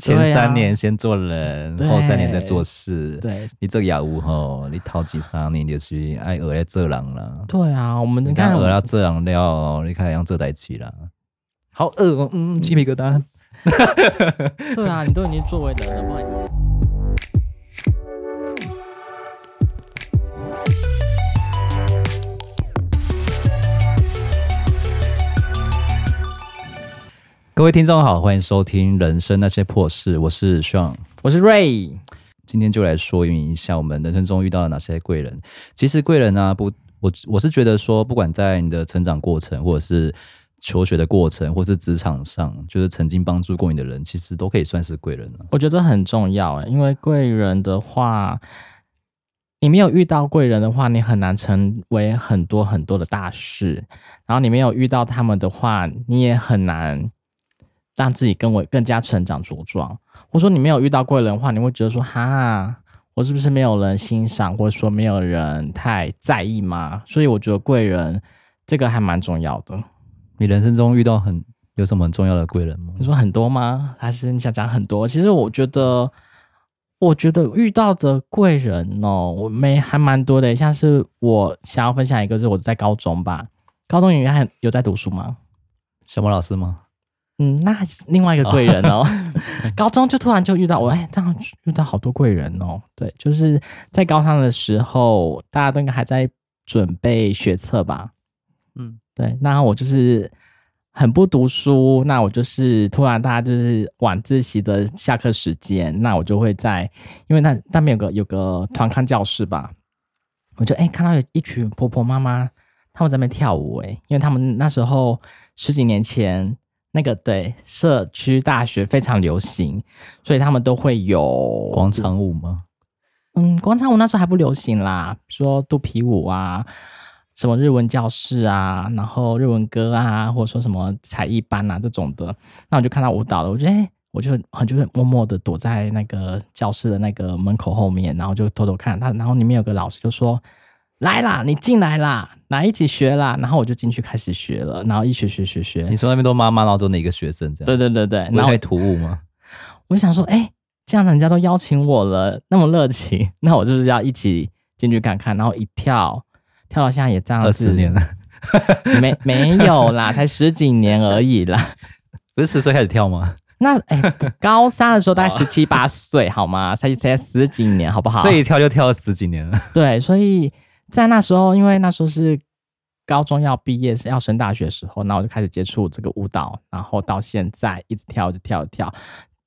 前三对啊年先做人，对后三年再做事。对你这业务吼，你头几三年就是爱学来做人啦。对啊，我们你你看看学我到这人了，你看要做代志啦。好饿哦，嗯，鸡皮疙瘩。对啊，你都已经作为人了，不然各位听众好，欢迎收听《人生那些破事》，我是 Sean。我是 Ray，今天就来说明一下我们人生中遇到了哪些贵人。其实贵人呢、啊不，我我是觉得说，不管在你的成长过程，或者是求学的过程，或是职场上，就是曾经帮助过你的人，其实都可以算是贵人哦了、我觉得很重要哎，因为贵人的话，你没有遇到贵人的话，你很难成为很多很多的大事，然后你没有遇到他们的话，你也很难让自己更为更加成长茁壮。或者说你没有遇到贵人的话，你会觉得说哈。我是不是没有人欣赏，或者说没有人太在意嘛？所以我觉得贵人这个还蛮重要的。你人生中遇到很有什么很重要的贵人吗？你说很多吗？还是你想讲很多？其实我觉得，我觉得遇到的贵人哦，我没还蛮多的。像是我想要分享一个，是我在高中吧，高中你还有在读书吗？小马老师吗？嗯，那是另外一个贵人哦， 高中就突然就遇到我，哎，这样遇到好多贵人哦。对，就是在高三的时候，大家都应该还在准备学测吧。嗯，对，那我就是很不读书，那我就是突然大家就是晚自习的下课时间，那我就会在，因为那那边有个有个团康教室吧，我就哎、看到有一群婆婆妈妈，他们在那边跳舞哎、因为他们那时候十几年前那个对社区大学非常流行，所以他们都会有广场舞吗？嗯，广场舞那时候还不流行啦，比如说肚皮舞啊，什么日文教室啊，然后日文歌啊，或者说什么才艺班啊这种的。那我就看到舞蹈了，我觉得，哎、我就很就是默默的躲在那个教室的那个门口后面，然后就偷偷看他，然后里面有个老师就说：“来啦，你进来啦，来一起学啦。”然后我就进去开始学了，然后一学学学学你，说那边都妈妈，然后都哪个学生这样？对对对对，不然后太突兀 吗？我就想说，哎、这样人家都邀请我了，那么热情，那我是不是要一起进去看看？然后一跳，跳到现在也这样子，二十年了，没没有 啦，才十几年而已啦。不是十岁开始跳吗？那哎、高三的时候大概十七八岁，好吗？才才十几年，好不好？所以跳就跳了十几年了。对，所以在那时候，因为那时候是高中要毕业，是要升大学的时候，那我就开始接触这个舞蹈，然后到现在一直跳，一直跳，一直跳。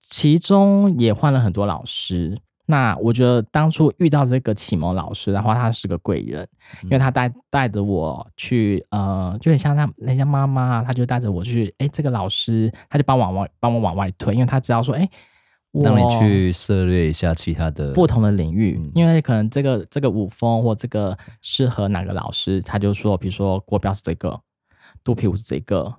其中也换了很多老师。那我觉得当初遇到这个启蒙老师的话，他是个贵人，嗯因为他带带着我去，呃，就很像他人家妈妈，他就带着我去，哎、这个老师他就帮我往外帮我往外推，因为他知道说，哎、 我让你去涉猎一下其他的不同的领域嗯，因为可能这个这个舞风或这个适合哪个老师，他就说，比如说国标是这个，肚皮舞是这个，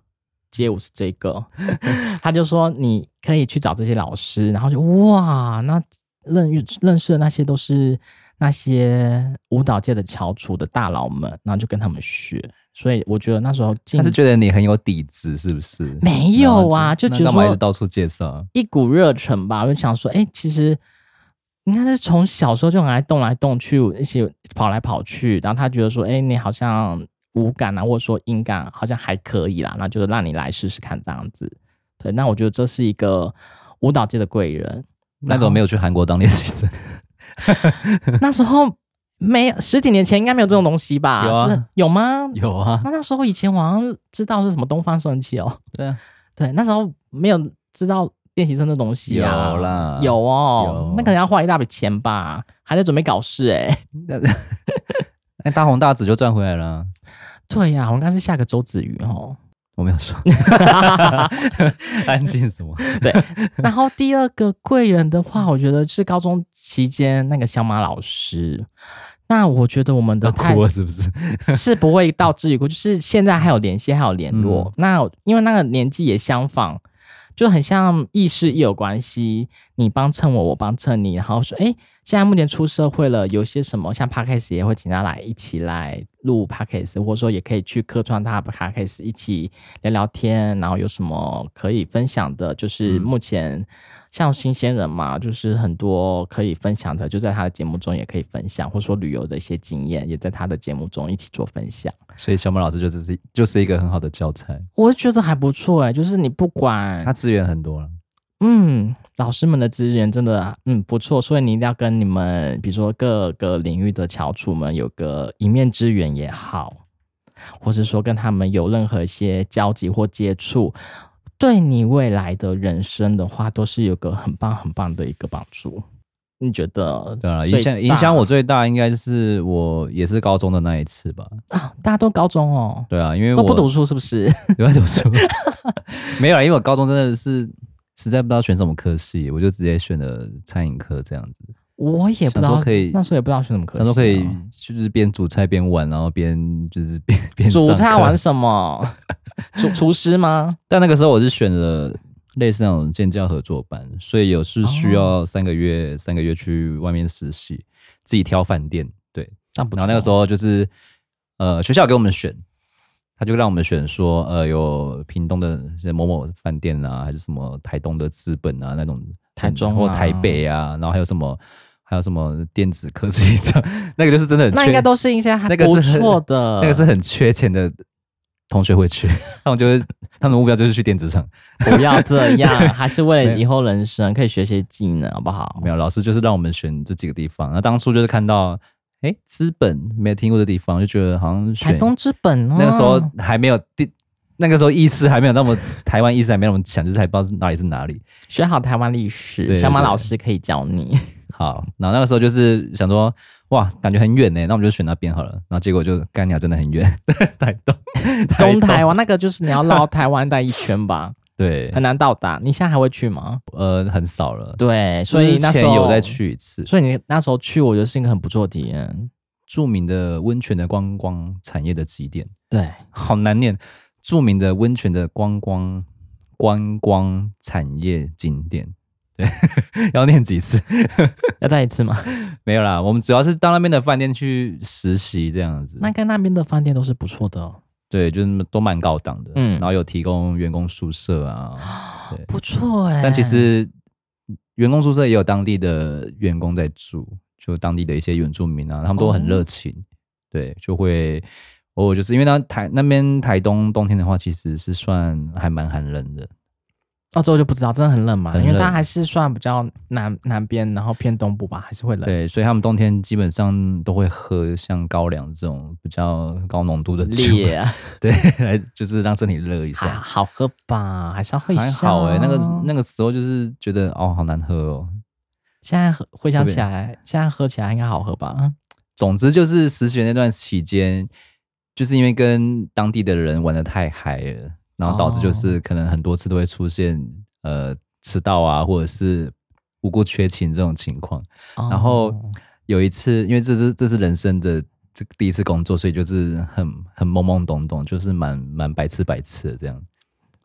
街舞是这个， 他就说你可以去找这些老师，然后就哇，那认识认识的那些都是那些舞蹈界的翘楚的大佬们，然后就跟他们学，所以我觉得那时候进他是觉得你很有底子，是不是？没有啊，就那觉得干嘛一直说到处介绍？一股热忱吧，我就想说，哎、其实应该是从小时候就很爱动来动去，一起跑来跑去，然后他觉得说，哎、你好像舞感啊，或者说音感好像还可以啦，那就是让你来试试看这样子。对，那我觉得这是一个舞蹈界的贵 人。那种没有去韩国当练习生，那时候没有十几年前应该没有这种东西吧？有啊是不是有吗？有啊，那那时候以前我好像知道是什么东方神起哦，对啊，对，那时候没有知道练习生这东西啊。有啦， 有。哦，有那可能要花一大笔钱吧，还在准备搞事哎、那哎大红大紫就赚回来了。 对呀、我应该是下个周子瑜哦。我没有 说， 安静什么？然后第二个贵人的话，我觉得是高中期间那个小马老师。那我觉得我们的要太哭了是不是？ 是不会到至于哭，就是现在还有联系，还有联络。那因为那个年纪也相仿，就很像亦师亦友关系，你帮衬我，我帮衬你，然后说，哎，现在目前出社会了，有些什么像 podcast 也会请他来一起来录 podcast，或者说也可以去客串他的 podcast 一起聊聊天，然后有什么可以分享的，就是嗯目前像新鲜人嘛，就是很多可以分享的，就在他的节目中也可以分享，或者说旅游的一些经验，也在他的节目中一起做分享。所以小马老师就是就是一个很好的教材，我觉得还不错哎、就是你不管他资源很多了。嗯，老师们的资源真的嗯不错，所以你一定要跟你们，比如说各个领域的翘楚们有个一面之缘也好，或是说跟他们有任何一些交集或接触，对你未来的人生的话，都是有个很棒很棒的一个帮助。你觉得？对啊，影响影响我最大应该就是我也是高中的那一次吧。啊，大家都高中哦，对啊，因为我都 不读书是不是？ 有在读书， 没有啦，因为我高中真的是实在不知道选什么科系，我就直接选了餐饮科这样子。我也不知想说道，可以那时候也不知道选什么科系、他哦说可以，就是边煮菜边玩，然后边就是 边边上煮菜课玩什么？ 厨厨师 吗？但那个时候我是选了类似那种建教合作班，所以有是需哦要三个月、三个月去外面实习，自己挑饭店。对，那不然后那个错时候就是呃学校给我们选，他就让我们选说呃有屏东的某某饭店啊，还是什么台东的资本啊那种，台中啊或台北啊，然后还有什么还有什么电子科技这样， 那个就是真的很那缺应该都是一些还那个不是很错 的，那个是很缺钱的同学会去， 他们就是他们的目标就是去电子厂。不要这 样，还是为了以后人生可以学些技能，好不好没？有，老师就是让我们选这几个地方。那当初就是看到，哎，资本没有听过的地方，就觉得好像台选东之本哦，那个时候还没有地，那个时候意识还没有那么台湾意识还没有那么强， 就是还不知道是哪里是哪里。学好台湾历对史，对小马对老师可以教你。好，然后那个时候就是想说，哇，感觉很远呢，那我们就选那边好了。然后结果就干鸟真的很远， 台东，东东台湾那个就是你要绕台湾带一圈吧， 对，很难到达。你现在还会去吗？呃，很少了。对，所以之那前时候有再，去一次，所以你那时候去，我觉得是一个很不错的体验。著名的温泉的观光产业的极点。 对，好难念，著名的温泉的观光观光产业景点。 对，要念几次？要再一次吗？没有啦，我们主要是到那边的饭店去实习这样子。那跟那边的饭店都是不错的哦，对，就是都蛮高档的，嗯嗯，然后有提供员工宿舍啊，对不错哎。但其实员工宿舍也有当地的员工在住，就当地的一些原住民啊，他们都很热情，对，就会偶尔就是因为那台那边台东冬天的话，其实是算还蛮寒冷的，澳洲就不知道，真的很冷嘛，很因为它冷还是算比较南南边，然后偏东部吧，还是会 冷。对，所以他们冬天基本上都会喝像高粱这种比较高浓度的酒，烈啊， 对，来就是让身体热一还下。 好喝吧，还是要啊喝一下。还好哎、那个那个时候就是觉得哦，好难喝哦。现在喝回想特别起来，现在喝起来应该好喝吧？总之就是实习的那段期间，就是因为跟当地的人玩的太嗨了，然后导致就是可能很多次都会出现、呃迟到啊，或者是无故缺勤这种情况。然后哦有一次，因为这是这是人生的这第一次工作，所以就是很很懵懵懂懂，就是蛮蛮白痴白痴的这样。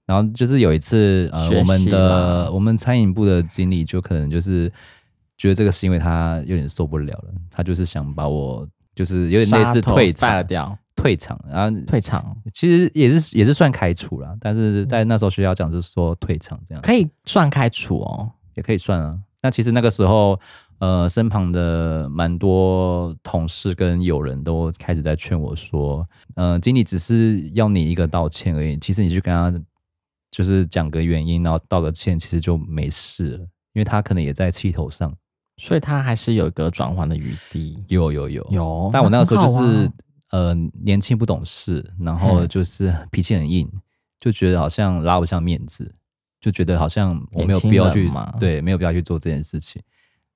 然后就是有一次，呃，学我们习啦的我们餐饮部的经理就可能就是觉得这个行为他有点受不了了，他就是想把我就是有点类似杀头退败了场，掉，退场，然后退场其实也是也是算开除啦，但是在那时候学校讲是说退场这样，可以算开除哦。也可以算啊。那其实那个时候，呃，身旁的蛮多同事跟友人都开始在劝我说，呃，经理只是要你一个道歉而已，其实你去跟他就是讲个原因，然后道个歉，其实就没事了，因为他可能也在气头上。所以它还是有一个转换的余地。有有有，有，但我那个时候就哦很好是、啊呃年轻不懂事，然后嗯就是脾气很硬，就觉得好像拉不下面子，就觉得好像我没有年轻必要人去嘛对没有必要去做这件事情，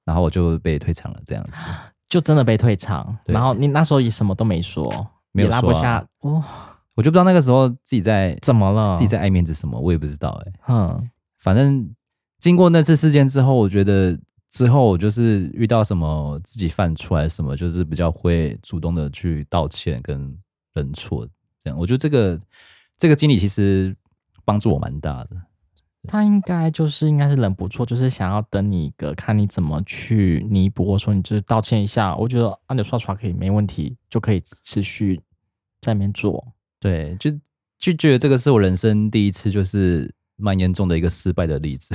然后我就被退场了这样子。就真的被退场，对然后你那时候也什么都没说，没也有拉不说啊下。哦，我就不知道那个时候自己在怎么了？自己在爱面子什么，我也不知道哎、嗯，反正经过那次事件之后，我觉得之后我就是遇到什么自己犯出来什么，就是比较会主动的去道歉跟认错。这样，我觉得这个这个经理其实帮助我蛮大的。他应该就是应该是人不错，就是想要等你一个，看你怎么啊去弥补，或者说你就是道歉一下。我觉得按钮刷刷可以，没问题，就可以持续在那边做。对，就就觉得这个是我人生第一次，就是蛮严重的一个失败的例子，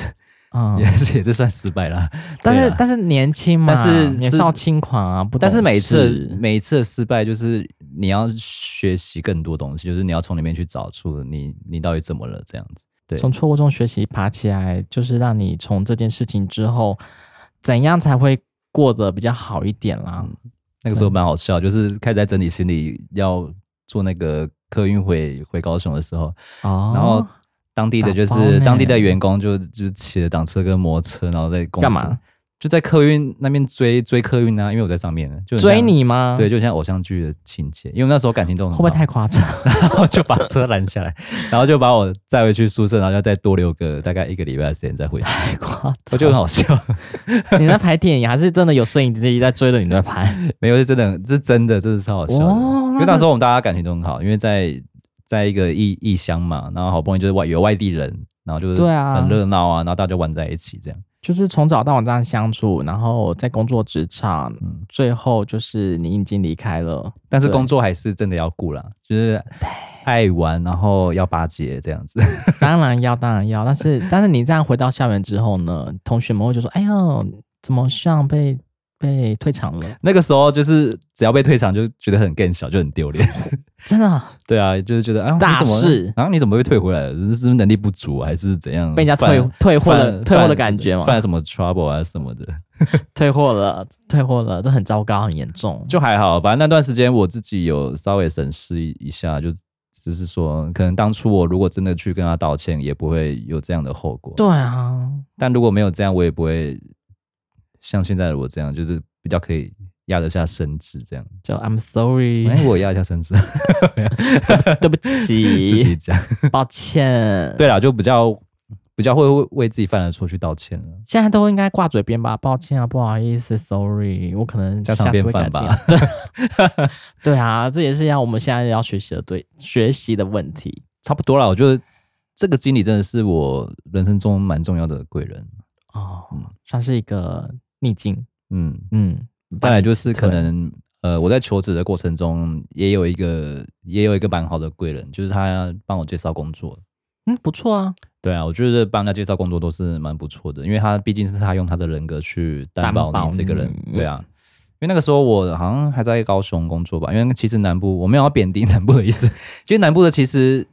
嗯也，是也是算失败啦。但对是啦但是年轻嘛，但是年是少轻狂啊，不但是懂每一次事每一次的失败，就是你要学习更多东西，就是你要从里面去找出你你到底怎么了这样子。对从错误中学习爬起来，就是让你从这件事情之后，怎样才会过得比较好一点啦。嗯那个时候蛮好笑，就是开始在整理行李要做那个客运回回高雄的时候，哦，然后当地的就打包是呢当地的员工就就骑着挡车跟摩托车，然后在公司干嘛？就在客运那边追追客运啊，因为我在上面，就很像追、你吗？对，，就像偶像剧的情节，因为那时候感情都很会好不会太夸张？然后 就把车拦下来，然后就把我载回去宿舍，然后要再多留个大概一个礼拜的时间再回去，太夸张，我就很好笑。 你在拍电影，还是真的有摄影机在追着你在拍？没有，是真的很，是真的，这是超好笑的。哦因为那这那时候我们大家感情都很好，因为在在一个异异乡嘛，然后好不容易就是外有外地人，然后就是对啊很热闹啊，然后大家就玩在一起这样。就是从早到晚这样相处，然后在工作职场，嗯最后就是你已经离开了，但是对工作还是真的要顾啦，就是爱玩，然后要巴结这样子。 当然要，当然要，但是 但是你这样回到校园之后呢，同学们会就说：“哎呦，怎么像被被退场了那个时候就是只要被退场就觉得很更小，就很丢脸。？” 真的啊对啊，就是觉得啊，大你怎么事然后你怎么被退回来了？是是不是能力不足啊还是怎样？被人家犯退退货了，犯退货的犯感觉嘛犯，了什么 trouble 啊什么的？退货了，退货了，这很糟糕，很严重。就还好，反正那段时间我自己有稍微审视一下，就就是说，可能当初我如果真的去跟他道歉，也不会有这样的后果。对啊，但如果没有这样，我也不会像现在的我这样，就是比较可以压得下身子这样。就 I'm sorry，、哎，我也压得下身子， 对不自己起，讲。抱歉。，对啦，就比较比较会为为自己犯的错去道歉了。现在都应该挂嘴边吧？抱歉啊，不好意思，sorry，我可能家常下次便会改饭进吧。对， 对啊，这也是要我们现在要学习的对学习的问题。差不多啦，我觉得这个经理真的是我人生中蛮重要的贵人。哦嗯，算是一个逆境，嗯，嗯，再来就是可对能呃，我在求职的过程中也有一个也有一个蛮好的贵人，就是他帮我介绍工作。嗯不错啊，对啊，我觉得帮人家介绍工作都是蛮不错的，因为他毕竟是他用他的人格去担保担保你这个人。你对啊，因为那个时候我好像还在高雄工作吧，因为其实南部我没有要贬低 南部的意思，其实南部的其实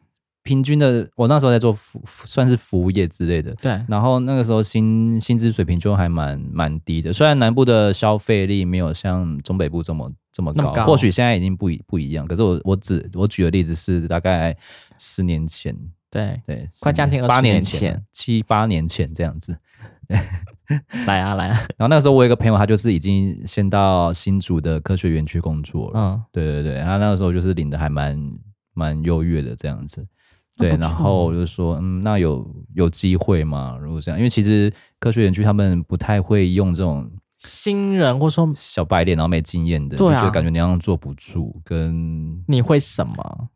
平均的，我那时候在做服算是服务业之类的，对，然后那个时候薪薪资水平就还蛮蛮低的，虽然南部的消费力没有像中北部这么这么那高，么高或许现在已经不一不一样。可是我我只我举的例子是大概十年前，对，对，快10将近八20年年前前了，七八年前这样子。来啊来 啊，然后那个时候我有一个朋友，他就是已经先到新竹的科学园区工作了，嗯，对对对，他那个时候就是领的还蛮蛮优越的这样子。那对，不然错哦后我就说，嗯，那有有机会吗？如果这样，因为其实科学园区他们不太会用这种新人或者说小白脸，然后没经验的，对啊就觉得感觉你好像坐不住，跟你会 什么，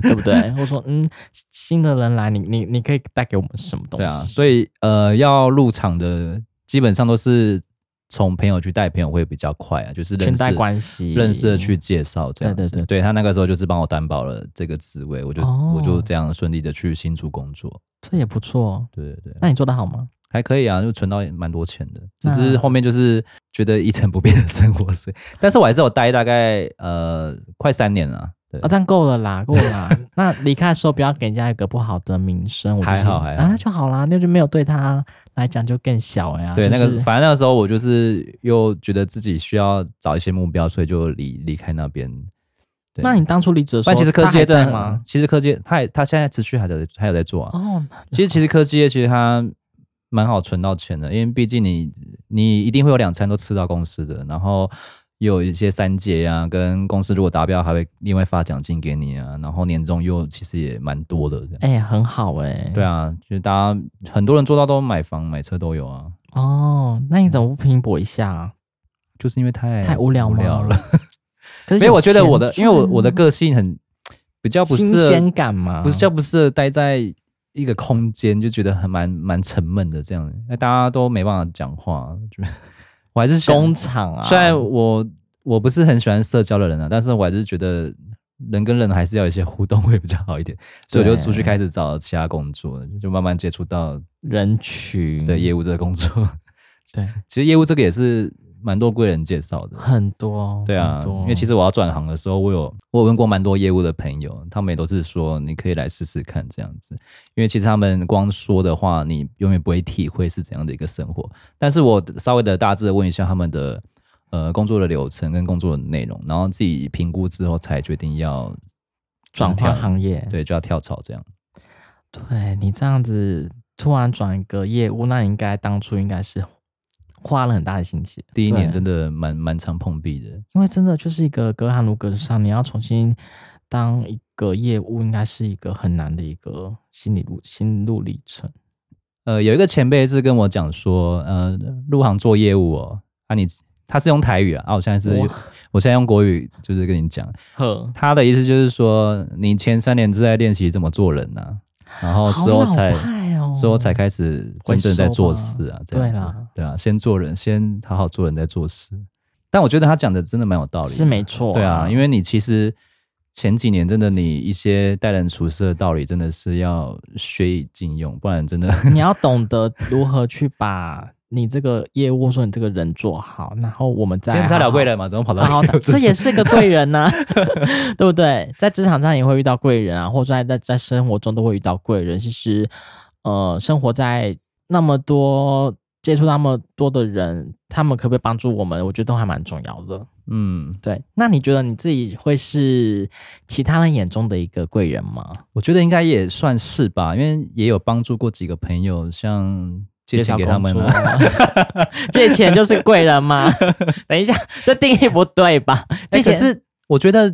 对不对？或者说嗯，新的人来，你你你可以带给我们什么东对啊，西？所以呃，要入场的基本上都是从朋友去带朋友会比较快啊，就是认裙带识关系，认识的去介绍这样子。对对对他那个时候就是帮我担保了这个职位，我就、我就哦这样顺利的去新竹工作。这也不错。对对对。那你做的好吗？还可以啊，就存到蛮多钱的，只那是后面就是觉得一成不变的生活所以，但是我还是有待大概呃快三年了啊，对，啊，这样够了啦，够 了啦。那离开的时候不要给人家一个不好的名声，我就是还好还好啊就好啦，那就没有对他来讲就更小呀。对、就那个是反正那个时候我就是又觉得自己需要找一些目标，所以就离离开那边。对，那你当初离职的时候，但其实科他技还业真的在很吗？？其实科技业他也他现在持续还在还有在做啊，哦，其实其实科技业其实它蛮好存到钱的，因为毕竟你你一定会有两餐都吃到公司的，然后又有一些三节啊，跟公司如果达标还会另外发奖金给你啊，然后年终又其实也蛮多的这样。哎、很好哎、对啊，就是大家很多人做到都买房买车都有啊，哦，那你怎么不拼搏一下啊？就是因为太太无聊吗？哎了。 可是所以有我觉得钱我的，因为我我的个性很比较不适新合鲜，感嘛，不是较不适合待在一个空间，就觉得很蛮蛮沉闷的这样。那大家都没办法讲话，就 我 还是想工厂啊。虽然我我不是很喜欢社交的人啊，但是我还是觉得人跟人还是要有一些互动会比较好一点，所以我对就出去开始找其他工作，就慢慢接触到人群对业务这个工作。对其实业务这个也是蛮多贵人介绍的，很多，对啊很，多因为其实我要转行的时候，我有我有问过蛮多业务的朋友，他们也都是说你可以来试试看这样子，因为其实他们光说的话，你永远不会体会是怎样的一个生活。但是我稍微的大致的问一下他们的呃工作的流程跟工作的内容，然后自己评估之后才决定要转就是跳换行业，对就要跳槽这样。对你这样子突然转一个业务，那你应该当初应该是花了很大的心血。第一年对真的蛮蛮常碰壁的，因为真的就是一个隔行如隔山，你要重新当一个业务，应该是一个很难的一个心理路心路历程。呃，有一个前辈是跟我讲说，呃，入行做业务哦，啊你他是用台语啊，啊我现在是哇我现在用国语就是跟你讲，呵，他的意思就是说，你前三年是在练习怎么做人呐、啊然后哦之后才、好老派哦之后才开始真正在做事啊，这回收吧样子对啦，对啊，先做人，先好好做人再做事。但我觉得他讲的真的蛮有道理的，是没错、对啊，因为为你其实前几年真的你一些待人处事的道理真的是要学以致用，不然真的你要懂得如何去把你这个业务，说你这个人做好，然后我们再今天才聊贵啊好好人嘛，怎么跑到然后 这这也是个贵人 呢、对不对？在职场上也会遇到贵人啊，或者在在在生活中都会遇到贵人。其实，呃，生活在那么多接触那么多的人，他们可不可以帮助我们？我觉得都还蛮重要的。嗯，对，那你觉得你自己会是其他人眼中的一个贵人吗？我觉得应该也算是吧，因为也有帮助过几个朋友，像借钱给他们啊，介绍工作吗 借钱就是贵 人吗？等一下，这定义不对吧？哎借可钱是 我觉得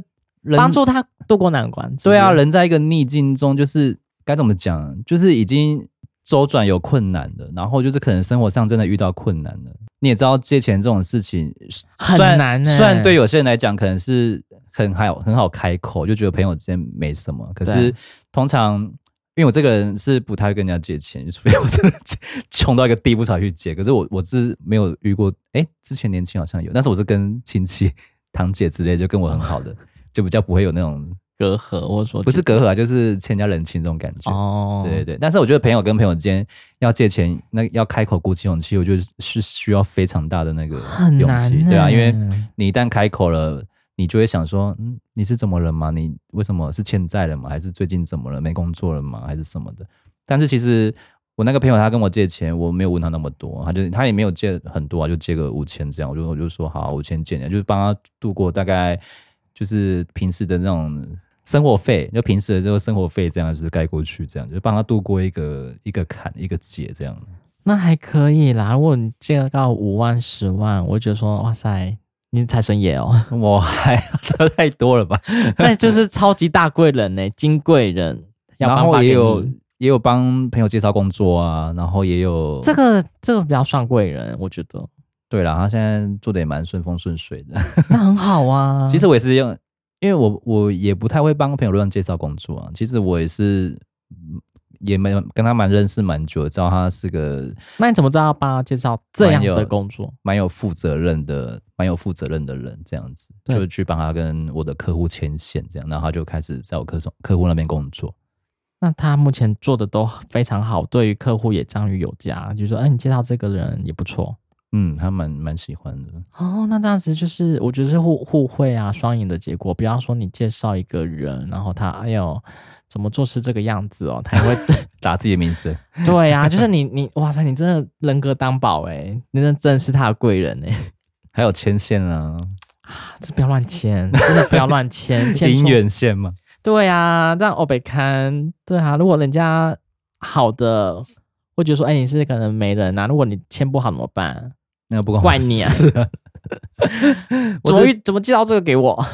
人帮助他渡过难关，是不对啊，是人在一个逆境中，就是该怎么讲，就是已经周转有困难的，然后就是可能生活上真的遇到困难了。你也知道借钱这种事情很虽然难欸虽然对有些人来讲可能是很好很好开口，就觉得朋友之间没什么，可是对通常。因为我这个人是不太会跟人家借钱，除非我真的穷到一个地步才去借。可是我我是没有遇过，哎，之前年轻好像有，但是我是跟亲戚、堂姐之类，就跟我很好的，就比较不会有那种隔阂，或者说不是隔阂啊，就是欠人家人情这种感觉。哦，对对对，但是我觉得朋友跟朋友之间要借钱，那要开口鼓起勇气，我觉得是需要非常大的那个很勇难、气，欸，对啊，因为你一旦开口了，你就会想说，嗯，你是怎么了吗？你为什么是欠债了吗？还是最近怎么了？没工作了吗？还是什么的？但是其实我那个朋友他跟我借钱，我没有问他那么多，他就他也没有借很多啊，就借个五千这样，我就我就说好，五千借你，啊就是帮他度过大概就是平时的那种。生活费就平时的这个生活费，这样就是盖过去，这样就帮他度过一个一个坎，一个结，这样。那还可以啦。如果你借到五万、十万，我会觉得说，哇塞，你财神 爷哦，我还这太多了吧？那就是超级大贵人呢、金贵人 要然帮后忙也给有你。也有帮朋友介绍工作啊，然后也有这个这个比较算贵人，我觉 得对啦，他现在做的也蛮顺风顺水的。那很好 啊。其实我也是用，因为我我也不太会帮朋友乱介绍工作啊。其实我也是嗯也没有跟他蛮认识蛮久的，知道他是个那你怎么知道要帮他介绍这样蛮的有工作？蛮有负责任的、蛮有负责任的人，这样子对就去帮他跟我的客户牵线，这样，然后他就开始在我客中客户那边工作。那他目前做的都非常好，对于客户也章于有加，就说，哎、你介绍这个人也不错。嗯，他蛮蛮喜欢的。哦，那这样子就是，我觉得是互互惠啊，双赢的结果。不要说你介绍一个人，然后他哎呦，怎么做事这个样子哦，他 也会打自己的名字，对呀、啊，就是你你哇塞，你真的人格当宝哎、你真的真的是他的贵人哎、 还有牵线啊，这不要乱签，真的不要乱签，签姻错缘线嘛，对啊，这样欧北看，对啊，如果人家好的，会觉得说，哎、你是可能没人啊，如果你签不好怎么办？那个不关我怪你啊事 啊。我怎么只遇怎么介绍这个给我？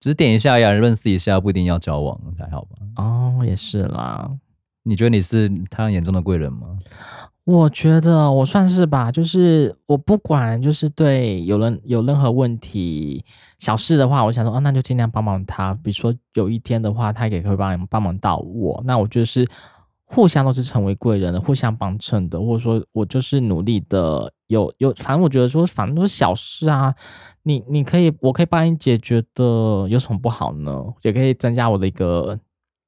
只是点一下呀，啊认识一下，不一定要交往，还好吧？哦，也是啦，你觉得你是他眼中的贵人吗？我觉得我算是吧，就是我不管，就是对有人有任何问题小事的话，我想说啊，那就尽量帮忙他。比如说有一天的话，他也可以帮帮忙到我，那我就是互相都是成为贵人的，互相帮衬的，或者说我就是努力的，有有，反正我觉得说，反正都是小事啊，你你可以，我可以帮你解决的，有什么不好呢？也可以增加我的一个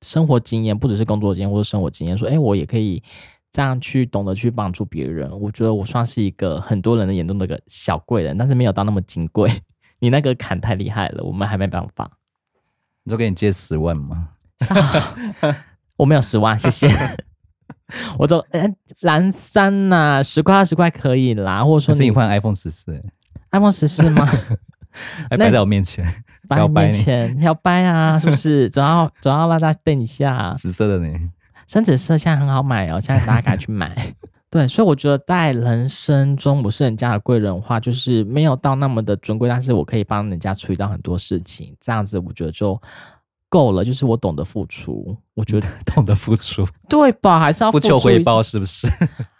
生活经验，不只是工作经验或者生活经验，说，哎，我也可以这样去懂得去帮助别人。我觉得我算是一个很多人的眼中的一个小贵人，但是没有到那么金贵。 你那个坎太厉害了，我们还没办法。 你说给你借十万吗？我没有十万，谢谢。 我走，呃，蓝山呐、十块二十块可以啦，或者可说是你哦你换 iPhone 十四，欸 iPhone 十四吗？还那摆在我面 前，摆要你掰面你前要掰啊，是不 是？总要总要让大家瞪一下。紫色的你，深紫色现在很好买哦，现在大家赶去买。 对，所以我觉得在人生中，我是人家的贵人的话，就是没有到那么的尊贵，但是我可以帮人家处理到很多事情，这样子我觉得就够了。就是我懂得付出，我 觉得懂得付出，对吧？还是要不付求出一回些报是不 是？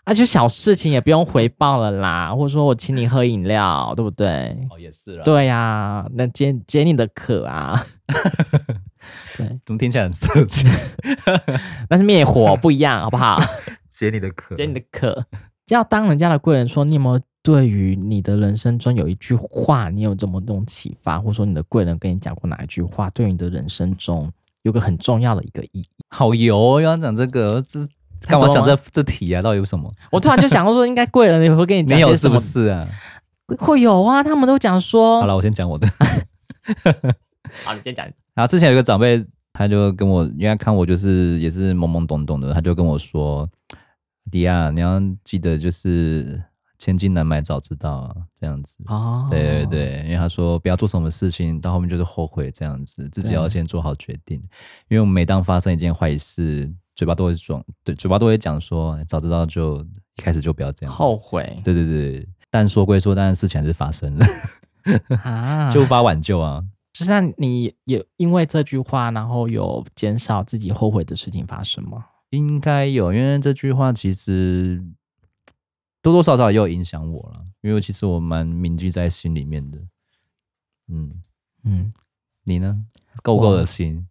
啊，就小事情也不用回报了啦，或者说我请你喝饮料，对不对？哦，也是啦，对呀、那解解你的渴 啊，怎么听起来很色情？但是灭火不 一样，好不好？解你的渴， 解你的渴，要当人家的贵人说，你有没有对于你的人生中有一句话，你有这么种启发，或者说你的贵人跟你讲过哪一句话，对于你的人生中有个很重要的一个意义？好油哦！要讲这个，这太干多嘛了吗想这这题啊？到底有什么？我突然就想到说，应该贵人也会跟你讲没些有什是么？哦不是啊？会有啊，他们都讲说，好了，我先讲我的。好，你先讲。然后之前有一个长辈，他就跟我，因为他看我就是也是懵懵懂懂的，他就跟我说：“迪亚，你要记得就是千金难买早知道啊，这样子。”哦，对对对，因为他说不要做什么事情，到后面就是后悔这样子，自己对要先做好决定。因为我们每当发生一件坏事，嘴巴都会说，对，嘴巴都会讲说，哎早知道就一开始就不要这样。哦后悔对对对，但说归说，但是事情还是发生了， 啊，就就无法挽救啊。就是那你也因为这句话，然后有减少自己后悔的事情发生吗？应该有，因为这句话其实多多少少也有影响我了，因为其实我蛮铭记在心里面的。嗯，嗯，你呢？够不够我恶心？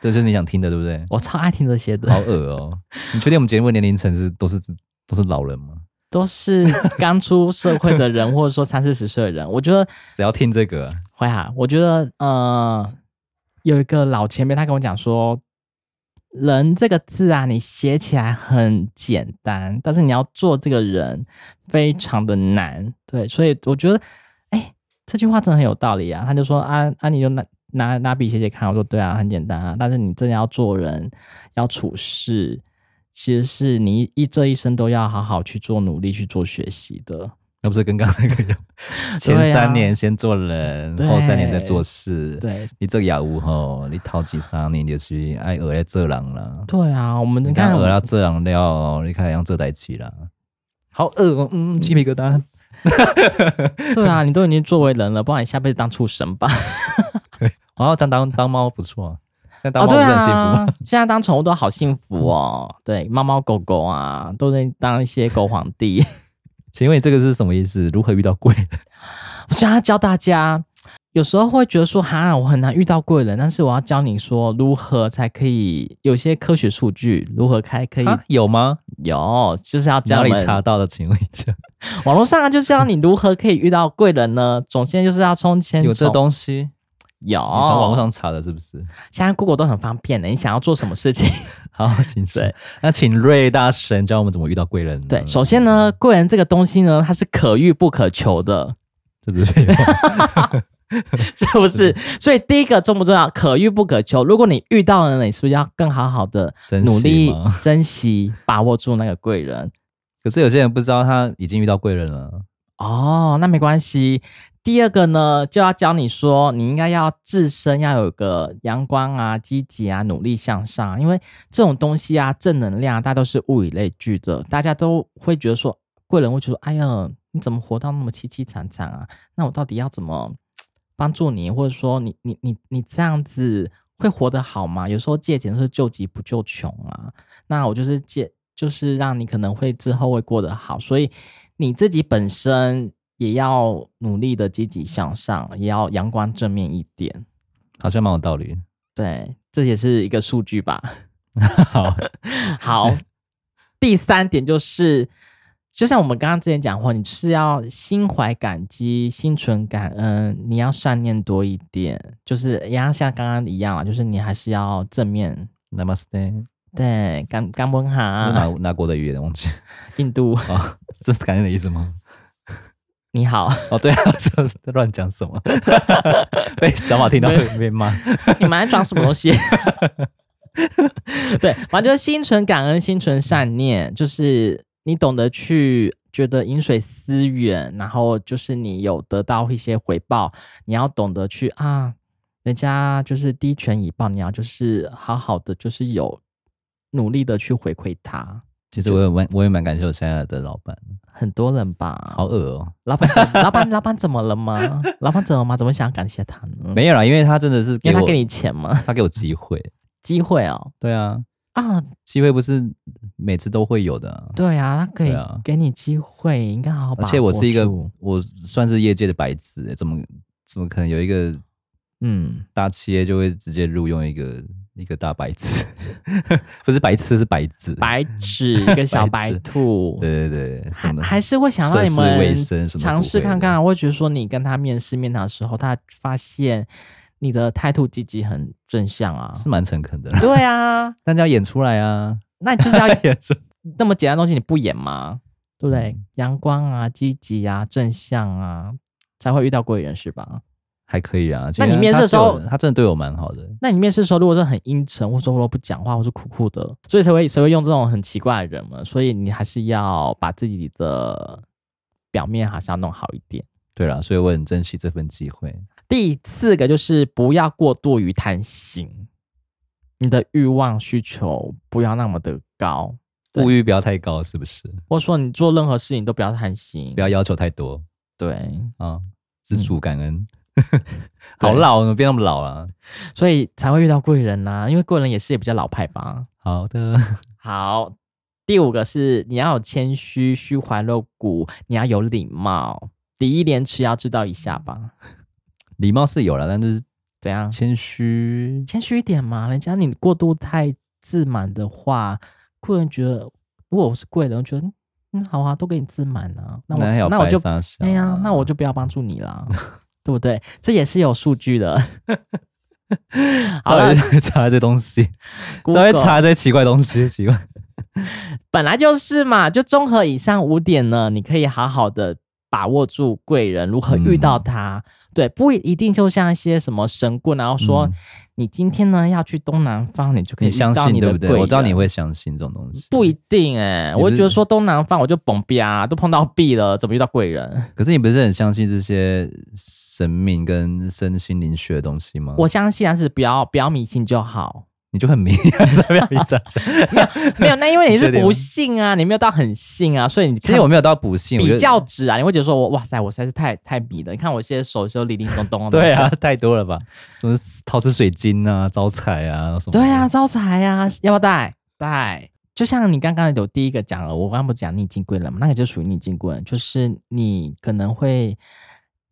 这就是你想听的，对不对？我超爱听这些的，好恶哦！ 你确定我们节目的年龄层是都是都是老人吗？都是刚出社会的人，或者说三四十岁的人。我觉得谁要听这个啊、会啊，我觉得呃，有一个老前辈他跟我讲说。人这个字啊，你写起来很简单，但是你要做这个人非常的难。对，所以我觉得，哎、这句话真的很有道理啊。他就说啊啊，你就拿拿拿笔写写看。我说对啊，很简单啊。但是你真的要做人，要处事，其实是你一这一生都要好好去做努力去做学习的。那不是跟刚刚那个一 样？前三年先做人，啊嗯对后三年再做事。对你这个务吼，你头几三年就是爱学来做人啦。对啊，我们你你看看学到这人了，你看样做代志啦。好恶哦，嗯，鸡皮疙瘩。 对啊，你都已经作为人了，不然你下辈子当畜生吧。然后当哦当当猫不错啊，现在当哦，猫不对是很幸福吗？啊， 现在当宠物都好幸福哦。对，猫猫狗狗啊，都能当一些狗皇帝。请问你这个是什么意思？如何遇到贵人？我想要教大家，有时候会觉得说，哈，我很难遇到贵人，但是我要教你说如何才可以有些科学数据，如何才可以、啊 有吗？有，就是要教哪你里查到的？请问一下，网络上啊就教你如何可以遇到贵人呢？总之就是要充钱，有这东西？你有，从网络上查的是不是？现在 Google 都很方便的，你想要做什么事情？好，请说对。那请瑞大神教我们怎么遇到贵人呢？对，首先呢，贵人这个东西呢，它是可遇不可求的， 这不是废话是不是？所以第一个重不重要？可遇不可求。如果你遇到了，你是不是要更好好的珍惜努力吗 珍惜，把握住那个贵人？可是有些人不知道他已经遇到贵人了，哦，那没关系。第二个呢，就要教你说，你应该要自身要有个阳光啊、积极啊、努力向上，因为这种东西啊，正能量啊，大家都是物以类聚的，大家都会觉得说，贵人会觉得，哎呀，你怎么活到那么凄凄惨惨啊？那我到底要怎么帮助你，或者说你你你你这样子会活得好吗？有时候借钱是救急不救穷啊，那我就是借，就是让你可能会之后会过得好，所以你自己本身。也要努力的积极向上，也要阳光正面一点。好像蛮有道理。 对，这也是一个数据吧。 好，好，第三点就是，就像我们刚刚之前讲话，你是要心怀感激、心存感恩，你要善念多一点，就是也要像刚刚一样啊，就是你还是要正面。 Namaste，对，甘甘温这是哈，哪哪国的语言忘记？印度，啊， 这是感恩的意思吗？你好， 哦，对啊，这这乱讲什么？ 被小马听到会被骂。你们在装什么东西？ 对，反正就是心存感恩，心存善念，就是你懂得去觉得饮水思源，然后就是你有得到一些回报，你要懂得去啊，人家就是低权以报，你要就是好好的，就是有努力的去回馈他。其实我也蛮我也蛮感谢我现在的老板，很多人吧，好恶哦、老板怎么，老板，老板怎么了吗？老板怎么吗？怎么想要感谢他呢？没有啦，因为他真的是给嗯因为我他给你钱吗？ 他给我机会，机会哦，对啊，啊，机会不是每次都会有的啊、对啊，他可以对啊给你机会，应该好好把而握且我是一个住我算是业界的白纸、怎么怎么可能有一个嗯，大企业就会直接录用一个一个大白纸？ 不是白痴，是白纸。白纸一个小白 兔，对对对，什还么还是会想让涉你世们未深什么尝不试会看的看啊。我会觉得说，你跟他面试面谈的时候，他发现你的态度积极，很正向啊。是蛮诚恳的啦，对 啊，但是要演出来啊， 那你就是要 演出那么简单的东西你不演吗？对不对？嗯阳光啊，积极啊，正向啊，才会遇到贵人是吧？还可以啊。其那你实面试他的时候对我他真的对我蛮好的。那你面试的时候，如果是很阴沉，或者说不讲话，或是酷酷的，所以才会才会用这种很奇怪的人嘛。所以你还是要把自己的表面还是要弄好一点。对啦，所以我很珍惜这份机会。第四个就是不要过度于贪心，你的欲望需求不要那么的高，对物欲不要太高，是不是？或者说你做任何事情都不要贪心不。要要求太多对，啊，知足感 恩。嗯对好老，怎么变那么老啊？所以才会遇到贵人啊呐、因为贵人也是也比较老派吧。好的，好，第五个是你要有谦虚、虚怀若谷，你要有礼貌，礼义廉耻要知道一下吧。礼貌是有了，但是怎样？谦虚谦虚一点嘛，人家你过度太自满的话，贵人觉得，如果我是贵人，我觉得嗯好啊，都给你自满啊，那我还有那我白啊就沙小哎呀，那我就不要帮助你啦，对不对？这也是有数据的。 好 到了底，在查这东西，到底 Google 在查这些奇怪东西，奇怪。本来就是嘛，就综合以上五点呢，你可以好好的把握住贵人如何嗯遇到他。对，不一定就像一些什么神棍，然后说、嗯你今天呢要去东南方，你就可以你遇相到信你对的不贵对？人。我知道你会相信这种东西，不一定哎、你不是我就觉得说东南方我就蹦壁啊，都碰到壁了，怎么遇到贵人？可是你不是很相信这些神明跟身心灵学的东西吗？我相信，但啊是不要不要迷信 就好。你就很迷，在那边迷傻 傻。没有，那因为你是确定吗不信啊，你没有到很信啊，所以你其实我没有到不信，我觉比得较值啊，你会觉得说我哇塞，我实在是太太迷了。你看我现在手就零零咚咚的东西，对啊，太多了吧？什么陶瓷水晶啊、招财啊什么？对啊，，招财啊，要不要带？带。就像你刚刚有第一个讲了，我刚刚不是讲逆境贵人嘛，那个就属于逆境贵人，就是你可能会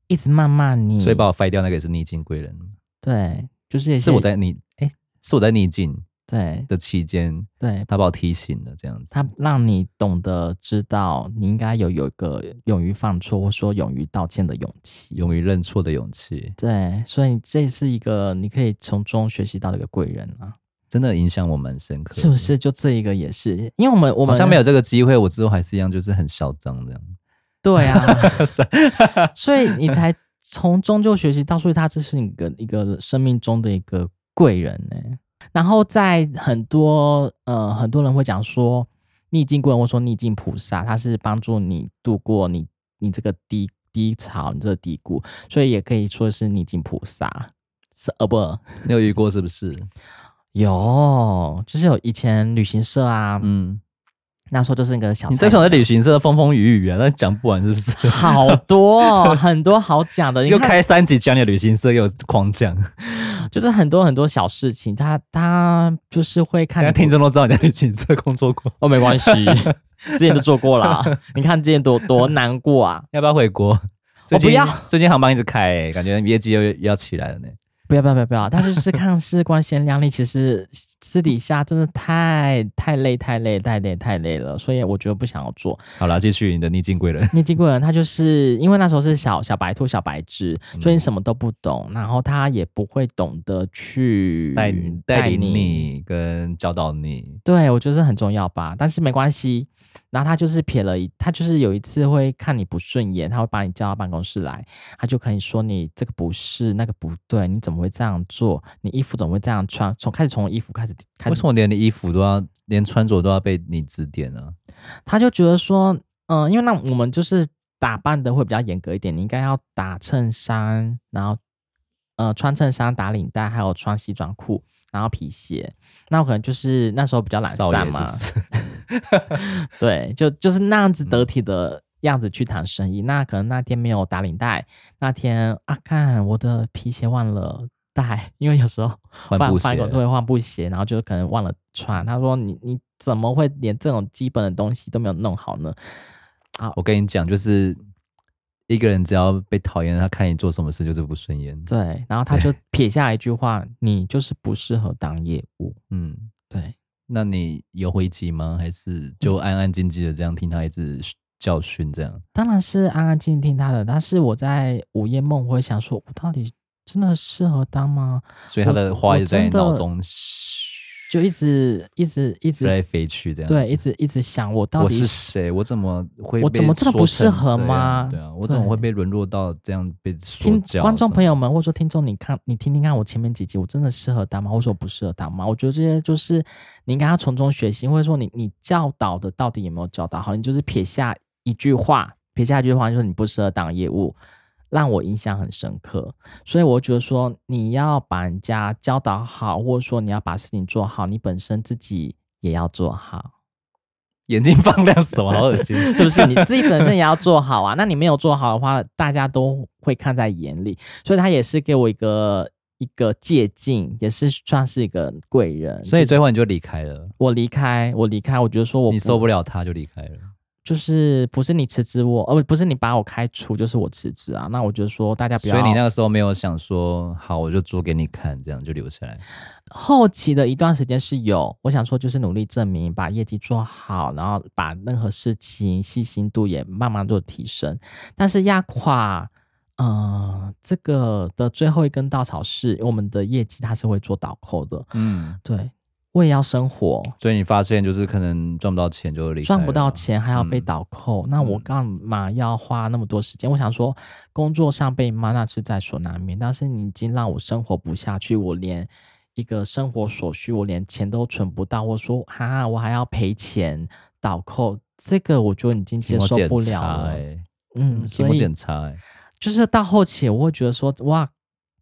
一直谩骂你，所以把我废掉那个也是逆境贵人，嗯对，就是也是我在逆哎，是我在逆境对的期间，对，他把我提醒了这样子。他让你懂得知道你应该有有一个勇于犯错或说勇于道歉的勇气。勇于认错的勇气，对，所以这是一个你可以从中学习到的一个贵人啊，真的影响我蛮深刻的。是不？是？就这一个也是，因为我们我好们像没有这个机会，我之后还是一样，就是很嚣张 这样。对啊， 所以你才从中就学习到，所以他这是你的一个生命中的一个贵人呢、然后在很多呃很多人会讲说逆境贵人，或说逆境菩萨，他是帮助你度过你你这个低低潮，你这个低谷，所以也可以说是逆境菩萨，是呃不你有遇过是不是？有，就是有以前旅行社啊，嗯，那时候就是那个小你菜这种的旅行社风风雨雨啊，那讲不完是不是？好多 哦很多好讲的，你又看开三集讲你的旅行社，又狂讲，就是很多很多小事情，他他就是会大看家你听众都知道你在旅行社工作过， 哦，没关系，之前都做过啦。 你看之前多多难过啊！要不要回国？最近不要，最近航班一直开、欸，感觉业绩又又要起来了呢、不要不要不要不要， 但是就是看似光鲜亮丽，其实私底下真的太太累太累太累太累了，所以我觉得不想要做。好啦，继续你的逆境贵人，你经过人，他就是因为那时候是小小白兔、小白只，所以你什么都不懂，然后他也不会懂得去带你带领。你跟教导你，对，我觉得这很重要吧，但是没关系。然后他就是瞥了一，他就是有一次会看你不顺眼，他会把你叫到办公室来，他就可以说你这个不是，那个不对，你怎么会这样做？你衣服怎么会这样穿？从开始从衣服开始开为始什么连你衣服都要，连穿着都要被你指点啊呢、他就觉得说，嗯、因为那我们就是打扮的会比较严格一点，你应该要打衬衫，然后呃穿衬衫、打领带，还有穿西装裤，然后皮鞋。那我可能就是那时候比较懒少散爷是嘛，不是？ 对，就就是那样子得体的样子去谈生意。那可能那天没有打领带，那天啊，看我的皮鞋忘了。带，因为有时候换翻布鞋啊翻，工都会换布鞋，然后就可能忘了穿。他说你你怎么会连这种基本的东西都没有弄好呢？我跟你讲，就是一个人只要被讨厌，他看你做什么事就是不顺眼。对，然后他就撇下一句话：“你就是不适合当业务。嗯，”对，那你有回击吗？还是就安安静静的这样听他一直教训这样？当然是安安静静听他的。但是我在午夜梦，我会想说，我到底真的适合当吗？所以他的话我一直在你真的脑中就一直一直一飞直来飞去这样。对，一直一直想我到我底是谁？我怎么会被我怎么这么不适合说成这样吗对啊，我怎么对会被沦落到这样被说听教？观众朋，友们，或者说听众，你看你听听看我前面几集，我真的适合当吗？或者说我不适合当吗？我觉得这些就是你应该要从中学习，或者说你你教导的到底有没有教导好？你就是撇下一句话，撇下一句话就是你不适合当业务，让我印象很深刻。所以我觉得说你要把人家教导好，或者说你要把事情做好，你本身自己也要做好。眼睛放亮什 么？好恶心！是不是？你自己本身也要做好啊。那 你没有做好的话，大家都会看在眼里，所以他也是给我一个一个借鉴，也是算是一个贵人。所以就是最后你就离开了，我离开，我离开，我觉得说我你不受不了他就离开了。就是不是你辞职我，呃，不是你把我开除，就是我辞职啊。那我觉得说大家不要。所以你那个时候没有想说，好，我就做给你看，这样就留下来。后期的一段时间是有，我想说就是努力证明，把业绩做好，然后把任何事情细心度也慢慢做提升。但是压垮，呃，这个的最后一根稻草是我们的业绩，它是会做倒扣的。嗯，对，我也要生活，所以你发现就是可能赚不到钱就离开了，赚不到钱还要被嗯倒扣，那我嗯干嘛要花那么多时间？我想说，工作上被骂那是在所难免，但是你已经让我生活不下去，我连一个生活所需，我连钱都存不到，我说哈、我还要赔钱倒扣，这个我就已经接题目受检不查了了。欸嗯，题所目以检查欸，就是到后期，我会觉得说，哇，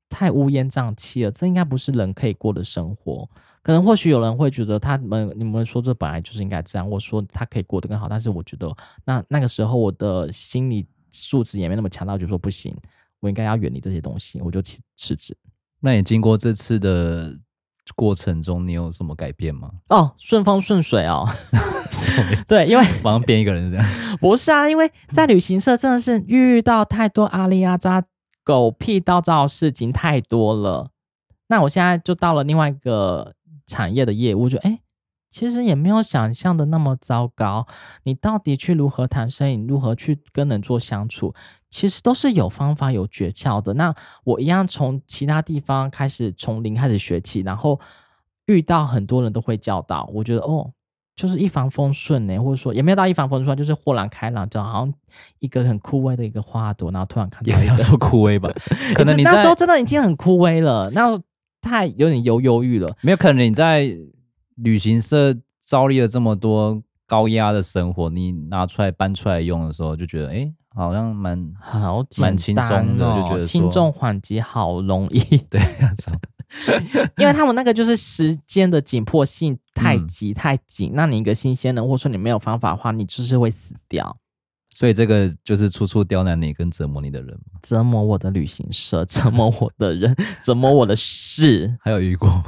太乌烟瘴气了，这应该不是人可以过的生活。可能或许有人会觉得他们你们说这本来就是应该这样，我说他可以过得更好，但是我觉得那那个时候我的心理素质也没那么强大，我就说不行，我应该要远离这些东西，我就辞辞职。那你经过这次的过程中，你有什么改变吗？哦，顺风顺水哦， 什么意 思，对，因为马上变一个人这 样。 不是啊，因为在旅行社真的是遇到太多阿里阿扎狗屁叨叨的事情太多了。那我现在就到了另外一个产业的业务，就哎，诶其实也没有想象的那么糟糕。你到底去如何谈生意，你如何去跟人做相处，其实都是有方法、有诀窍的。那我一样从其他地方开始，从零开始学起，然后遇到很多人都会教导，我觉得哦，就是一帆风顺呢、欸或者说也没有到一帆风顺，就是豁然开朗，就好像一个很枯萎的一个花朵，然后突然看也到不一要个，说枯 萎吧，可能你那时在候真的已经很枯萎了，那太有点犹犹豫了。没有，可能你在旅行社遭历了这么多高压的生活，你拿出来搬出来用的时候，就觉得哎、诶好像蛮好蛮简轻单松的就哦觉得轻说重缓急好容易， 对那种。因为他们那个就是时间的紧迫性太嗯急太紧，那你一个新鲜人，或者说你没有方法的话，你就是会死掉。所以这个就是处处刁难你跟折磨你的人嘛。折磨我的旅行社，折磨我的人，折磨我的事还有遇过吗？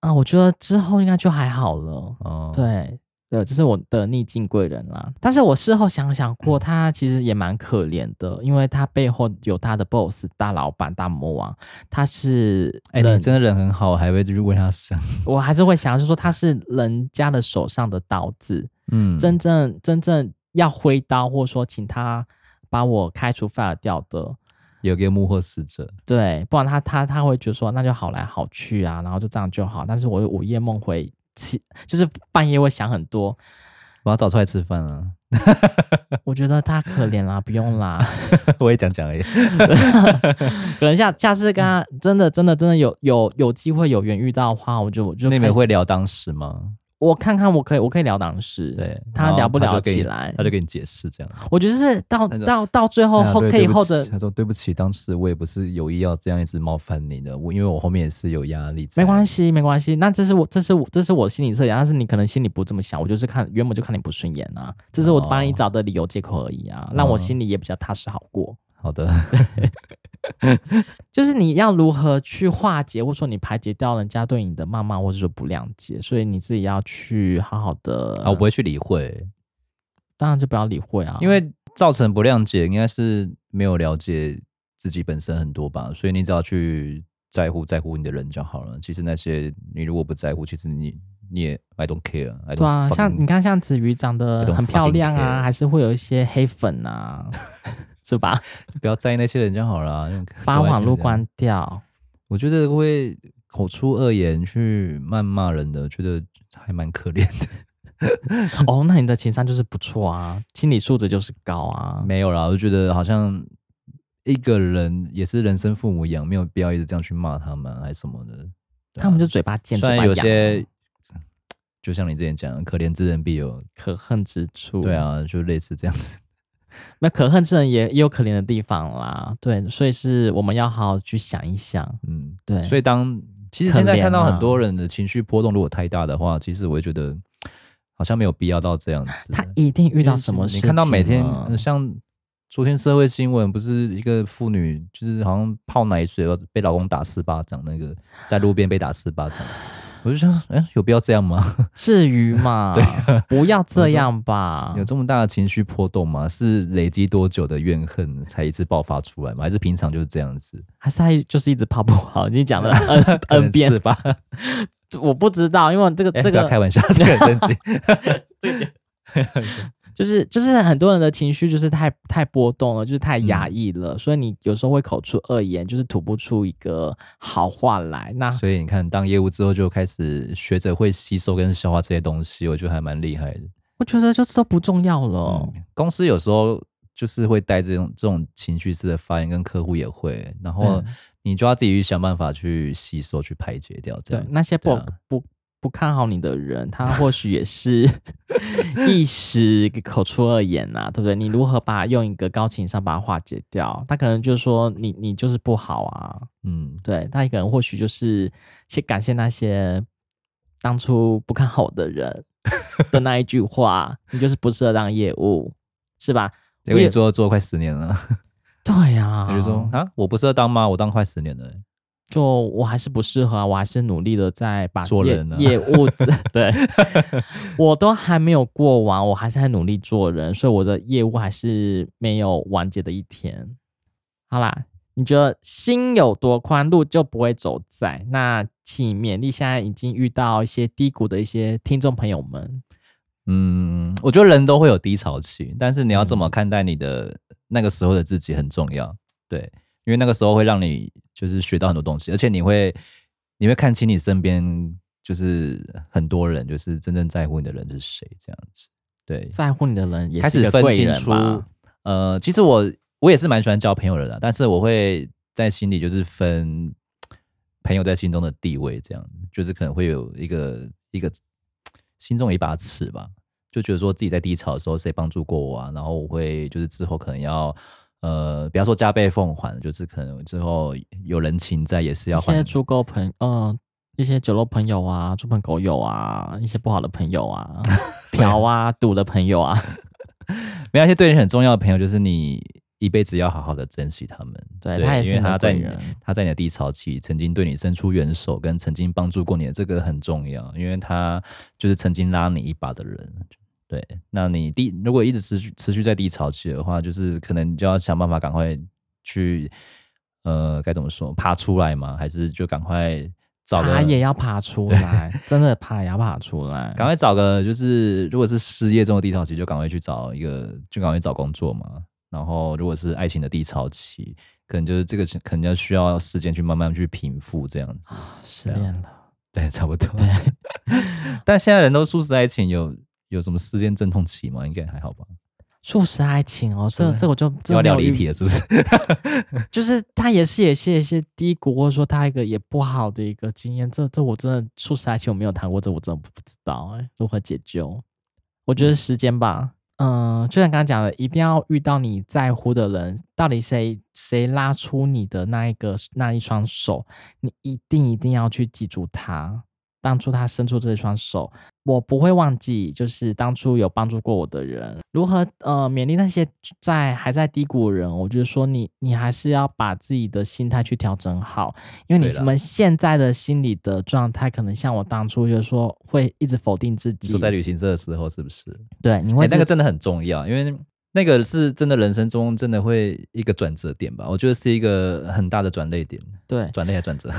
啊！我觉得之后应该就还好了。哦，对，对，这是我的逆境贵人啦。但是我事后想想过，他其实也蛮可怜的，因为他背后有他的 boss 大老板大魔王，他是哎、冷你真的人很好，还会去为他想。我还是会想，就是说他是人家的手上的刀子， 嗯，真正真正要挥刀，或者说请他把我开除 fire 掉的，有个幕后使者，对，不然他他他会觉得说那就好来好去啊，然后就这样就好。但是我午夜梦回，起就是半夜会想很多，把他找出来吃饭啊！我觉得他可怜啦，不用啦， 我也讲讲而已。可能下下次跟他真的真的真的有有有机会有缘遇到的话，我就我就那你开们始会聊当时吗？我看看我可以我可以聊当时，对，他然后聊不就聊跟你起来他就跟你解释这样。我觉得是到那种到到最后哎呀后对可对以不后起的他说对不起，当时我也不是有意要这样一直冒犯你的，我因为我后面也是有压力。没关系，系，没关系。那这是我，这是我，这是我心理设想，但是你可能心里不这么想。我就是看原本就看你不顺眼啊，这是我帮你哦找的理由借口而已啊，让我哦心里也比较踏实好过。好的，啊就是你要如何去化解，或者说你排解掉人家对你的谩骂，或者说不谅解，所以你自己要去好好的啊，我不会去理会，嗯当然就不要理会啊，因为造成不谅解应该是没有了解自己本身很多吧，所以你只要去在乎在乎你的人就好了。其实那些你如果不在乎，其实你你也 I don't care，I don't 对啊， fucking 像你看，像子瑜长得 I don't 很漂 fucking 亮 care 啊，还是会有一些黑 粉啊，是吧？不要在意那些人就好了啊。那种把都爱网听络这样关掉。我觉得会口出恶言去谩骂人的，觉得还蛮可怜的。哦，那你的情商就是不错啊，心理素质就是高啊。没有啦，我就觉得好像一个人也是人生父母养，没有必要一直这样去骂他们还是什么的。对啊他们就嘴巴贱，虽然嘴巴有痒啊些，就像你之前讲的，可怜之人必有，可恨之处。对，啊，就类似这样子。那可恨之人也也有可怜的地方啦。对，所以是我们要好好去想一想。嗯，对，所以以当其实可现在看怜到啊很多人的情绪波动如果太大的话，其实我会觉得好像没有必要到这样子。他一定遇到什么事你情了，看啊到每天呃像昨天社会新闻，不是一个妇女就是好像泡奶水被老公打四巴掌，那 个在路边被打四巴掌，我就想，哎、有必要这样吗？。至于嘛？不要这样吧啊有这么大的情绪波动吗？是累积多久的怨恨才一次爆发出来吗？还是平常就是这样子？还是他就是一直泡不好？你讲 了 N 可能 N 遍是，吧？我不知道，因为嗯这个哎、这不要个开玩笑，这个很 震惊。就是就是很多人的情绪就是太太波动了，就是太压嗯抑了，所以你有时候会口出恶言，就是吐不出一个好话来。那所以你看，当业务之后就开始学着会吸收跟消化这些东西，我觉得还蛮厉害的。我觉得就都不重要了。嗯，公司有时候就是会带这种这种情绪式的发言，跟客户也会，然后对你就要自己去想办法去吸收、去排解掉这样对子。，那些不、对啊不不看好你的人，他或许也是 一时口出恶言呐、对不对？你如何把用一个高情商把它化解掉？他可能就说你你就是不好啊，嗯，对，他可能或许就是先感谢那些当初不看好我的人的那一句话，你就是不适合当业务，是吧？因为也你做做了快十年了，对呀、我就说啊，我不适合当妈，我当快十年了欸、就我还是不适合啊，我还是努力的在把做业人啊 业务 对，我都还没有过完，我还是在努力做人，所以我的业务还是没有完结的一天。好啦，你觉得心有多宽，路就不会走窄。那请勉励现在已经遇到一些低谷的一些听众朋友们，嗯，我觉得人都会有低潮期，但是你要怎嗯么看待你的那个时候的自己很重要。对，因为那个时候会让你就是学到很多东西，而且你会你会看清你身边就是很多人，就是真正在乎你的人是谁这样子。对，在乎你的人也开是一始个分贵清人出吧。呃，其实我我也是蛮喜欢交朋友的啦，但是我会在心里就是分朋友在心中的地位，这样就是可能会有一个一个心中有一把尺吧，就觉得说自己在低潮的时候谁帮助过我啊，然后我会就是之后可能要。呃，不要说加倍奉还，就是可能之后有人情在，也是一要还些猪狗朋呃，一些酒肉朋友啊，猪朋狗友啊，一些不好的朋友 啊，嫖啊、赌的朋友啊，没有一些对你很重要的朋友，就是你一辈子要好好的珍惜他们。对他也因是为你的他在贵你人，他在你的低潮期曾经对你伸出援手，跟曾经帮助过你的，这个很重要，因为他就是曾经拉你一把的人。对，那你低如果一直持续持续在低潮期的话，就是可能你就要想办法赶快去，呃，该怎么说，爬出来嘛，还是就赶快找个爬也要爬出来，真的爬也要爬出来。赶快找个，就是如果是失业中的低潮期，就赶快去找一个，就赶快找工作嘛。然后如果是爱情的低潮期，可能就是这个是可能要需要时间去慢慢去平复这样子。啊失恋了，对，啊差不多。 但现在人都素食爱情有，有什么失恋阵痛期吗？应该还好吧。素食爱情哦，素这食这我就又这要没聊有离遇题了，是不是？就是他也是也是一些低谷，或者说他一个也不好的一个经验。这这我真的素食爱情我没有谈过，这我真的不不知道哎、如何解救？我觉得时间吧，嗯、就像刚刚讲的，一定要遇到你在乎的人，到底谁谁拉出你的那一个那一双手，你一定一定要去记住他。当初他伸出这双手，我不会忘记，就是当初有帮助过我的人，如何呃勉励那些在还在低谷的人。我就是说你，你还是要把自己的心态去调整好，因为你对啦们现在的心理的状态，可能像我当初就是说会一直否定自你己说，在旅行社的时候，是不是？对，你哎、会那一个直真的很重要，因为那个是真的人生中真的会一个转折点吧。我觉得是一个很大的转捩点，对转捩还转折。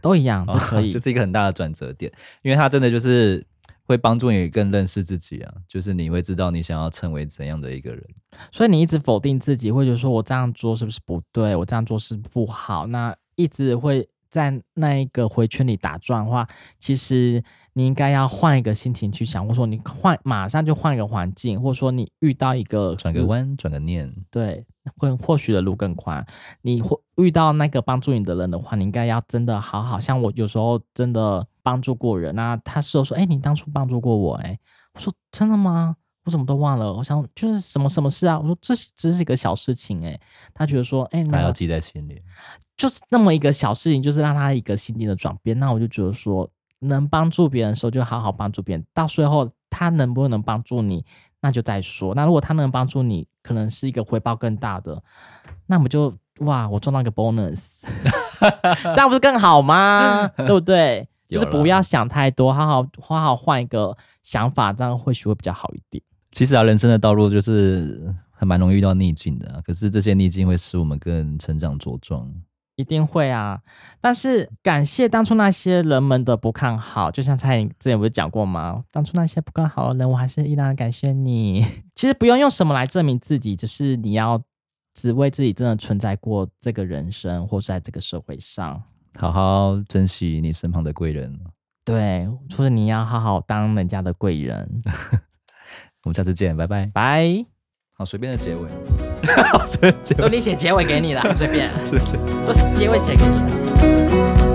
都一样都 哦可以就，是一个很大的转折点，因为它真的就是会帮助你更认识自己啊，就是你会知道你想要成为怎样的一个人。所以你一直否定自己，或者说我这样做是不是不对，我这样做是不好，那一直会在那一个回圈里打转的话，其实你应该要换一个心情去想，或者说你换马上就换一个环境，或者说你遇到一个转个弯，转个念，对，或或许的路更宽。你或遇到那个帮助你的人的话，你应该要真的好好。像我有时候真的帮助过人，那他事后说：“哎、你当初帮助过我。”哎，我说：“真的吗？我怎么都忘了。”我想就是什么什么事啊？我说这是只是一个小事情。哎，他觉得说：“哎、还那要个记在心里。就是那么一个小事情，就是让他一个心境的转变。”那我就觉得说，能帮助别人的时候就好好帮助别人，到最后他能不能帮助你，那就再说。那如果他能帮助你，可能是一个回报更大的，那我们就哇，我赚到一个 bonus，这样不是更好吗？ 对不对？就有是啦不要想太多，好好好好换一个想法，这样或许会比较好一点。其实啊，人生的道路就是还蛮容易遇到逆境的、啊，可是这些逆境会使我们更成长茁壮。一定会啊！但是感谢当初那些人们的不看好，就像蔡颖之前不是讲过吗？当初那些不看好的人，我还是依然感谢你。 其实不用用什么来证明自己，只是你要只为自己真的存在过这个人生，或是在这个社会上。好好珍惜你身旁的贵人，对，或者你要好好当人家的贵 人。我们下次见，拜拜。拜，好，随便的结尾， 好随便的结尾都你写结尾给你了，随便，是是。都是结尾写给你的。